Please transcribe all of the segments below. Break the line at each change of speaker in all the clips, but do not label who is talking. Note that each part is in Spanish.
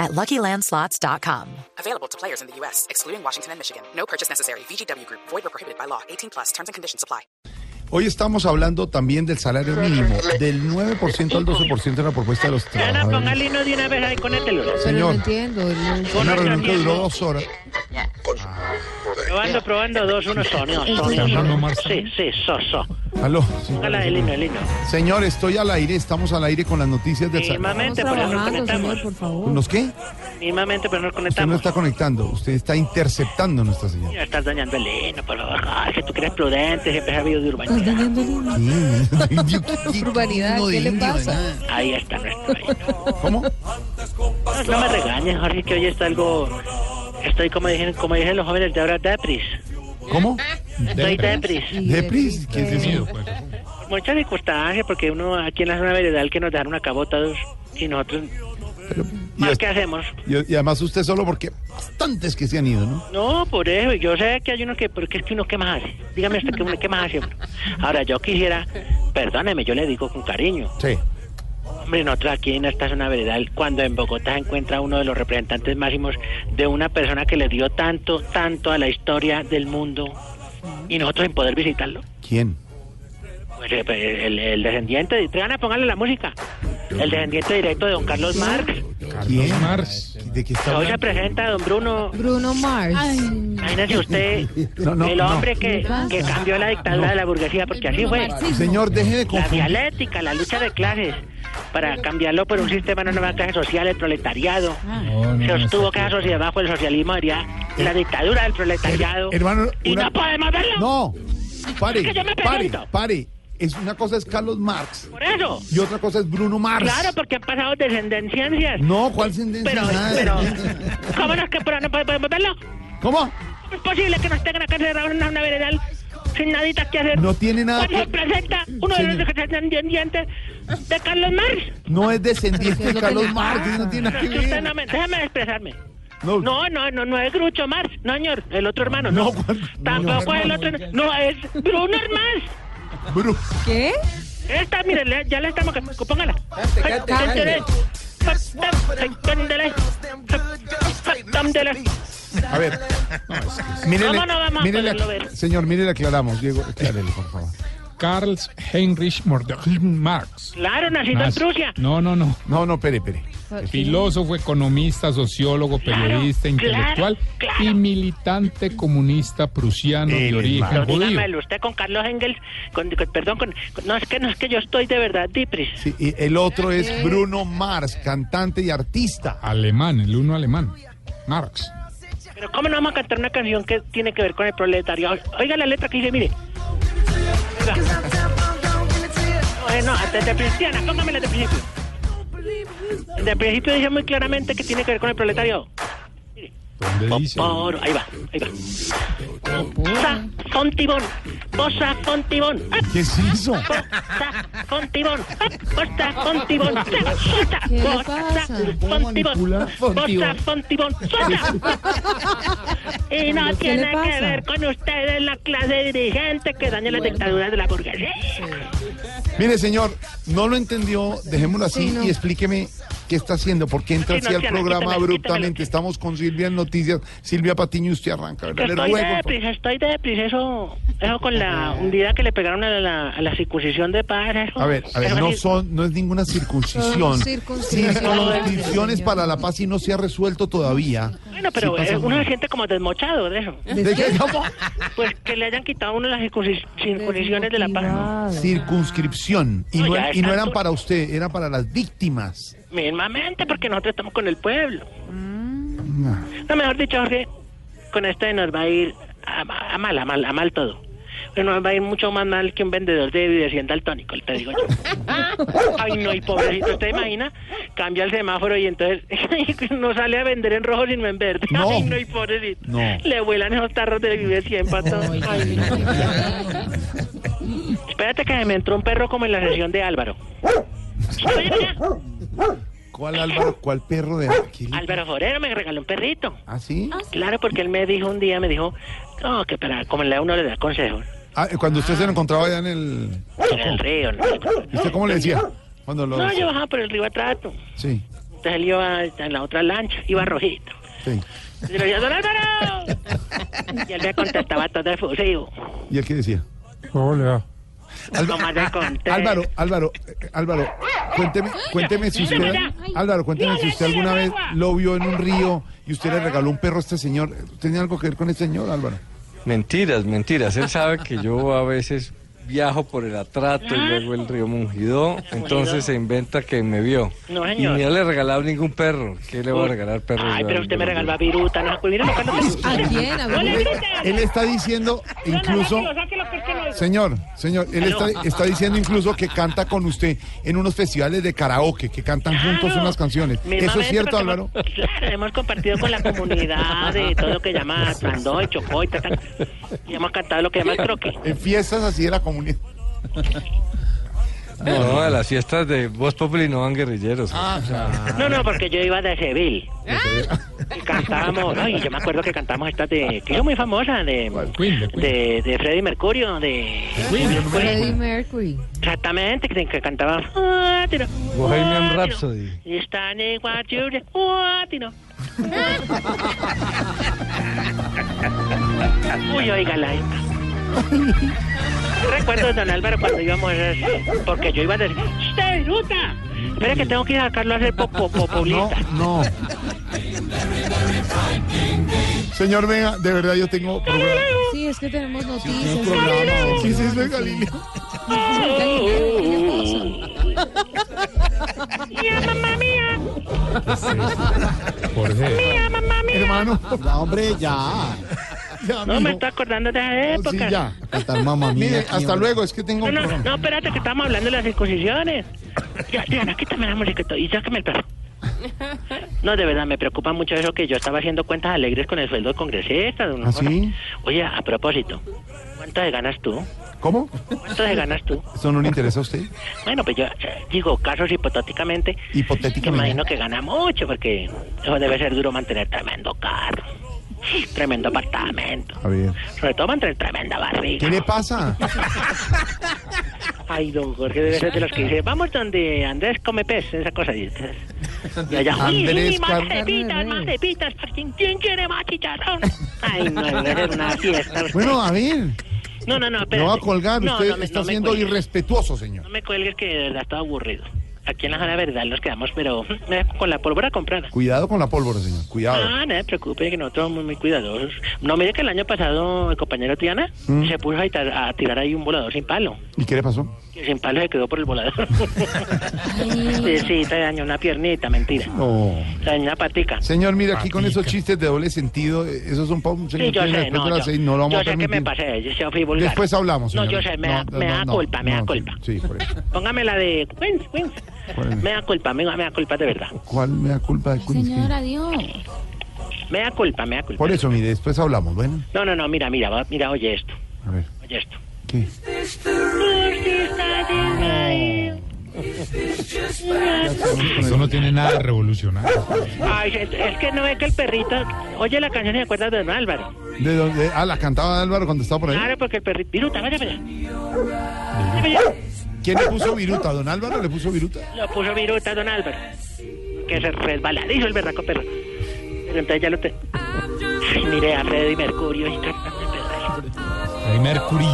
at luckylandslots.com.
Available to players in the U.S., excluding Washington and Michigan. No purchase necessary. VGW Group, void or prohibited by law. 18 plus terms and conditions apply.
Hoy estamos hablando también del salario mínimo, del 9% al 12% de la propuesta de los
Ana,
trabajadores.
póngale uno de una vez ahí, conéctelo.
Señor,
entiendo.
una reunión que duró dos horas.
Probando, probando, dos, uno, sonido, sonido, sonido. Sí, sí, so, so.
Aló,
Póngala el himno, el himno.
señor, estoy al aire, estamos al aire con las noticias del salario.
Mismamente, pero nos conectamos.
favor.
¿Nos qué?
Mismamente, pero nos
Usted no
conectamos.
está conectando, usted está interceptando nuestra señal.
Ya estás dañando el himno, por favor. Ay, que tú crees prudente, jefe Javier de
Pues
urbanidad.
Urbanidad, ¿qué le pasa?
Ahí está nuestro himno.
¿Cómo?
No, no me regañes, Jorge, que hoy está algo... Estoy, como dicen, como dicen los jóvenes de ahora, depris.
¿Cómo?
Estoy depris.
¿Depris? ¿Qué es eso?
Mucha discostancia, porque uno aquí en la zona veredal que nos dejaron una cabota dos, y nosotros...
Y,
¿Más qué hacemos?
y- y además usted solo porque bastantes que se han ido, ¿no?
No, por eso, yo sé que hay uno que, porque es que uno, ¿qué más hace? Dígame hasta que uno, ¿qué más hace uno? Ahora, yo quisiera, perdóneme, yo le digo con cariño,
Sí.
hombre, nosotros aquí en esta zona veredal, cuando en Bogotá encuentra uno de los representantes máximos de una persona que le dio tanto, tanto a la historia del mundo, y nosotros sin poder visitarlo,
¿Quién?
pues eh, pues, el, el descendiente, de, te van a ponerle la música, el descendiente directo de don Carlos Marx,
¿Quién? ¿De qué está
hoy se
hablando?
presenta a don Bruno,
Bruno Mars.
imagínese usted...
No, no,
el
no.
hombre que, que cambió la dictadura de la burguesía, porque así fue.
Señor, deje de
La
confundir.
dialéctica, la lucha de clases, para cambiarlo por un sistema de nueva clase social, el proletariado.
Mm.
Se sostuvo que la sociedad bajo el socialismo haría la dictadura del proletariado.
Eh, Hermano,
y
una-
no podemos verlo.
No, pare,
Es que yo me
pare,
pregunto.
pare. Es una cosa es Carlos Marx
Por eso.
y otra cosa es Bruno Marx.
Claro, porque han pasado descendencias.
No, ¿cuál sentencia?
Pero,
Nada.
pero, ¿cómo no es que por- no podemos verlo?
¿Cómo?
¿Cómo es posible que nos tengan acá cerrados en una, una veredal sin nadita que hacer?
No tiene nada
Cuando
que...
se presenta uno de los
Señor.
descendientes de Carlos Marx.
No es descendiente
es
de
lo que
Carlos
le
Marx,
pasa?
no tiene nada que
Es que usted
ver.
no me- déjame expresarme.
No,
No, no, no, no es Grucho Mars, no, señor, el otro hermano, no.
No, Juan-
Tampoco es el otro, no, es Bruno Mars.
Bru-
¿Qué?
Esta, mire, le- ya la estamos, que- póngala.
A ver, mírele,
¿Cómo no vamos a
mírele-
poderlo ver?
señor, mírele, aclaramos, Diego, aclárele, por favor.
Karl Heinrich Mordecai Marx.
Claro, nacido en
Nazi-
Prusia.
No, no, no.
No, no, pere, pere.
Filósofo, economista, sociólogo,
Claro,
periodista,
claro,
intelectual
claro.
y militante comunista prusiano
Él es
de
Marx.
origen
Pero
judío.
dígamelo usted con Carlos Engels, con, con- perdón, con, con- no, es que no, es que yo estoy de verdad dipris.
Sí, y el otro es Bruno Marx, cantante y artista.
Alemán, el uno alemán. Marx.
Pero ¿cómo no vamos a cantar una canción que tiene que ver con el proletariado? Oiga la letra que dice, mire. Oiga. Bueno, desde Cristiana, póngamela de principio. Desde el principio dice muy claramente que tiene que ver con el proletariado.
¿Dónde dice?
Por, ahí va, ahí va. Sa, son tibón, posa con tibón, ¡Ah!
¿Qué se hizo?
Costa con tibón, ¡Ah! costa con tibón, ¡Ah! costa,
¿Qué le
costa
pasa?
con tibón,
manipular
costa con tibón, ¡Suelta! Y no
¿Pero qué
tiene
le pasa?
que ver con ustedes la clase dirigente que daña las dictaduras de la burguesía.
Mire, señor, no lo entendió, dejémoslo así
Sí, no.
y explíqueme qué está haciendo, por qué entra
Sí, no,
así al
Tiana,
programa
quítame,
abruptamente.
quítame.
Estamos con Silvia en Noticias, Silvia Patiño, usted arranca, ¿verdad? Le
Estoy
ruego,
de
por-
prisa, estoy de prisa, eso, eso con la hundida que le pegaron a la, a la circuncisión de padres.
A ver, a ver, no son, no es ninguna circuncisión.
Son circuncisiones.
Sí, circuncisiones para la paz y no se ha resuelto todavía.
Bueno, pero
Sí, pasa
eh, uno
mucho.
se siente como desmochado de eso.
¿De qué estamos?
Pues que le hayan quitado a uno las circuncis- circuncisiones de la paz.
Circunscripción. Y
No,
no,
ya
er-
es
y no eran
tanto.
para usted, eran para las víctimas.
Mismamente, porque nosotros estamos con el pueblo. No, mejor dicho, Jorge, con este nos va a ir a, a mal, a mal, a mal todo. nos va a ir mucho más mal que un vendedor de evidencia tónico, te digo yo. Ay, no, y pobrecito, ¿te imagina? Cambia el semáforo y entonces no sale a vender en rojo sino en verde.
No.
Ay, no, y pobrecito.
No.
Le vuelan esos tarros de vive 100 para todos. Ay, no. Espérate que se me entró un perro como en la sesión de Álvaro.
¿Cuál Álvaro? ¿Cuál perro de aquí?
Álvaro Forero me regaló un perrito.
¿Ah, sí?
Claro, porque él me dijo un día, me dijo, no, que para, como le da uno le da consejos.
Ah, eh, cuando usted se lo encontraba allá en el...
En el río, ¿no?
¿Y usted cómo le decía? Cuando lo...
No, yo bajaba por el río a trato.
Sí,
Entonces él iba en la otra lancha, iba rojito.
sí.
Y le decía, "Don Álvaro". Y él me contestaba todo efusivo.
¿Y él qué decía?
Hola.
No más le conté.
Ah, Álvaro, Álvaro, eh, Álvaro, cuénteme, cuénteme si usted, Álvaro, cuénteme si usted alguna vez lo vio en un río y usted le regaló un perro a este señor. ¿Tenía algo que ver con este señor, Álvaro?
Mentiras, mentiras. Él sabe que yo a veces viajo por el atrato y luego el río Mungidó, entonces se inventa que me vio.
No,
Y
señor.
ni él le regalaba ningún perro. ¿Qué le voy a regalar perro?
Ay,
yo a
pero
él?
usted me regaló a Viruta, no, pues Viruta, no, cuando me-
¿A quién? A
¡No le
ver.
grite!
Él está diciendo incluso,
No, no, sáquelo, sáquelo, que es que no oigo.
señor, señor, él está, está diciendo incluso que canta con usted en unos festivales de karaoke, que cantan juntos
Claro.
unas canciones.
Mi
¿Eso
mamá
es cierto,
porque
Álvaro?
Hemos, claro, hemos compartido con la comunidad de todo lo que llama Sandoy, Chocoy, ta, ta, y hemos cantado lo que llama el croquis.
En fiestas así de la comunidad.
No, no, a las fiestas de Voz Populi no van guerrilleros.
No, no, porque yo iba de Seville. Ah. Y cantábamos, ay, yo me acuerdo que cantamos estas de, que es muy famosa, de,
Queen, de Queen.
de, de Freddie Mercurio, de...
Freddie Mercury.
Exactamente, que, que cantaba... "What, you know,
Bohemian
what, you know,
Rhapsody.
you standing what you do, what, you know". Uy, oiga la hija. Yo Recuerdo, don Álvaro, cuando íbamos... eh, Porque yo iba a decir... ¡Usted, ruta! Espera que tengo que ir a sacarlo a hacer popo, populista.
No, no. Señor, venga, de verdad yo tengo programa.
Sí, es que tenemos
un
noticias.
programa. Sí, sí, es de Galileo.
Mía, mamá mía,
Jorge.
mía, mamá mía.
Hermano,
Ya, hombre, ya.
ya,
No, me
mijo.
estoy acordando de esa época.
Sí, ya.
A Cantar mamá mía.
Mire,
aquí,
hasta
hombre.
luego, es que tengo
No,
un
no,
programa.
no, espérate, que estamos hablando de las circuncisiones. Ya, Diana, quítame la música y todo, y sácame el perro. No, de verdad, me preocupa mucho eso que yo estaba haciendo cuentas alegres con el sueldo de congresista. De una
¿Ah, sí?
cosa. Oye, a propósito, ¿cuánto de ganas tú?
¿Cómo?
¿Cuánto de ganas tú?
¿Eso no le interesa a usted?
Bueno, pues yo eh, digo, casos hipotéticamente, que
Hipotéticamente.
imagino que gana mucho, porque eso debe ser duro mantener tremendo carro, tremendo apartamento,
A ver.
sobre todo mantener tremenda barriga.
¿Qué le pasa?
Ay, don Jorge, debe ser de los que dice, vamos donde Andrés come pez, esa cosa. Y, y allá, uy,
Andrés
uy, más
Carne-
cepitas, más cepitas, ¿para quién, quién quiere más chicharrón? Ay, no, debe ser una fiesta.
Bueno, a ver.
no, no, no, espérate.
No va a colgar.
No,
Usted
no me-
está
no me
siendo
cuelgues.
irrespetuoso,
No
señor.
me cuelgues que de verdad está aburrido. Aquí en la zona de verdad nos quedamos, pero eh, con la pólvora comprada.
Cuidado con la pólvora, señor. Cuidado.
Ah, no se preocupe, que nosotros somos muy cuidadosos. No, mire que el año pasado el compañero Tiana
Mm.
se puso a, tar- a tirar ahí un volador sin palo.
¿Y qué le pasó?
Que sin palo se quedó por el volador. sí, sí, te dañó una piernita, mentira.
No.
Te dañó una patica.
Señor, mira, aquí con esos chistes de doble sentido, eh, esos son para un señor
Sí, yo
que tiene
sé,
respeto
no,
a
yo,
las seis, no lo vamos
yo
a
sé que me
permitir.
pasé, yo yo fui vulgar.
Después hablamos,
No,
señor.
yo sé, me, da, me da culpa, me da culpa.
Sí, por eso.
Póngame la de Queens, Queens.
¿Cuál?
Me da culpa, me, me da culpa de verdad.
¿Cuál me da culpa de Queen?
Señor, adiós.
Me da culpa, me da culpa.
Por eso, mire, después hablamos. Bueno,
No, no, no, mira, mira, va- mira, oye esto,
a ver.
oye esto.
¿Qué?
Eso no tiene nada de revolucionario.
Ay, es es que no es que el perrito oye la canción y se acuerda de Don Álvaro.
¿De dónde? Ah, la cantaba de Álvaro cuando estaba por ahí.
Claro, porque el perrito... Viruta, vaya para allá. Vaya para allá.
¿Quién le puso viruta? ¿Don Álvaro le puso viruta?
Lo puso viruta don Álvaro. Que se resbaladizo el berraco perro. Pero entonces ya lo te... Ay, mire a Freddy Mercurio y cantando el berraco.
Freddie Mercury.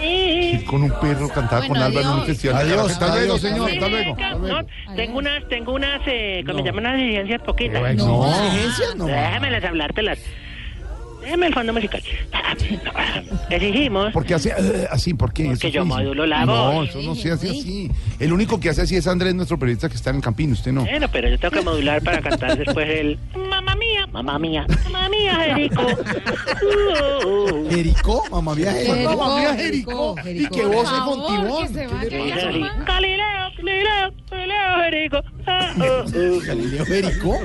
Sí.
Con un perro cantaba
Bueno,
con Álvaro en un
adiós.
festival. de
Adiós,
karaoke. Hasta luego,
adiós,
señor.
adiós.
Hasta luego. hasta luego.
No, tengo unas, tengo unas, eh, ¿cómo me llaman unas exigencias poquitas.
Eh, No.
¿Exigencias? No.
Déjamelas hablártelas. Déjame el fondo musical. Exigimos
¿Por qué hace eh, así? ¿Por qué? ¿Eso
Porque yo
qué hizo?
modulo la
No,
voz.
eso no se hace así. El único que hace así
¿Eh?
es Andrés, nuestro periodista que está en el Campín. Usted no.
Bueno, pero yo tengo que modular para cantar después el Mamma mía. mamá mía, mamá mía, Jerico. Uh, uh, uh.
Jericó, mamá mía, Jericó.
Jericó,
Mamá mía,
Jericó,
Jericó. Y
Jericó.
que vos
Por
soy
favor, que
Fontibón.
se
¿Qué le
vaya
Dice
pasa?
así, Galileo, Galileo, Galileo, Jerico. Ah, uh, uh.
Galileo Jericó.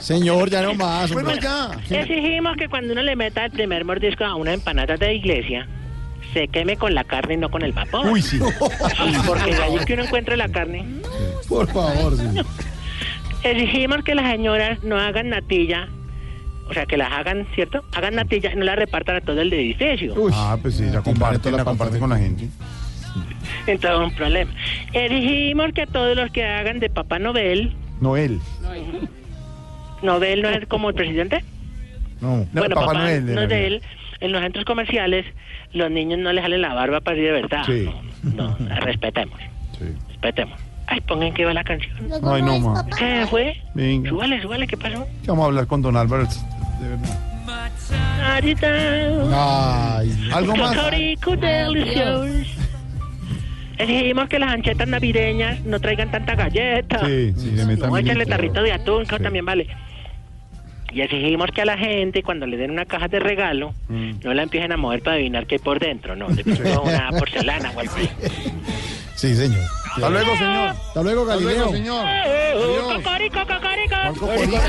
Señor, ya no más.
Bueno,
hombre.
ya.
Exigimos que cuando uno le meta el primer mordisco a una empanada de iglesia, se queme con la carne y no con el vapor.
Uy, sí.
Sí, porque de ahí que uno encuentra la carne.
Por favor, señor.
Exigimos que las señoras no hagan natilla, o sea, que las hagan, ¿cierto? Hagan natilla y no la repartan a todo el edificio.
Uy.
Ah, pues sí, la comparte, la comparte con la gente.
Entonces, un problema. Exigimos que a todos los que hagan de Papá Noel,
Noel.
Noel no es como el presidente,
No,
bueno, Papá,
Noel. de Navidad.
Noel, en los centros comerciales, los niños no les jalen la barba para ir de verdad.
Sí.
No, no, respetemos,
Sí.
respetemos. Ay, pongan que va la canción.
Ay, no, ma.
¿Qué fue?
Venga.
Súbale, súbale, ¿qué pasó?
Ya Vamos a hablar con don Álvaro. de verdad.
Ahorita.
Ay,
¿Algo más?
Cocorico delicious. Exigimos que las anchetas navideñas no traigan tanta galleta.
Sí, sí, le metan
No, échale
milito.
tarrito de atún, que
Sí.
también vale. Y exigimos que a la gente, cuando le den una caja de regalo, no la empiecen a mover para adivinar qué hay por dentro. No, de pronto una porcelana o algo así.
sí, señor.
Hasta luego, señor.
Hasta luego,
Hasta luego,
Galileo.
señor.
Eh, eh,
Adiós.
Cocorico, cocorico.
Marco Polo.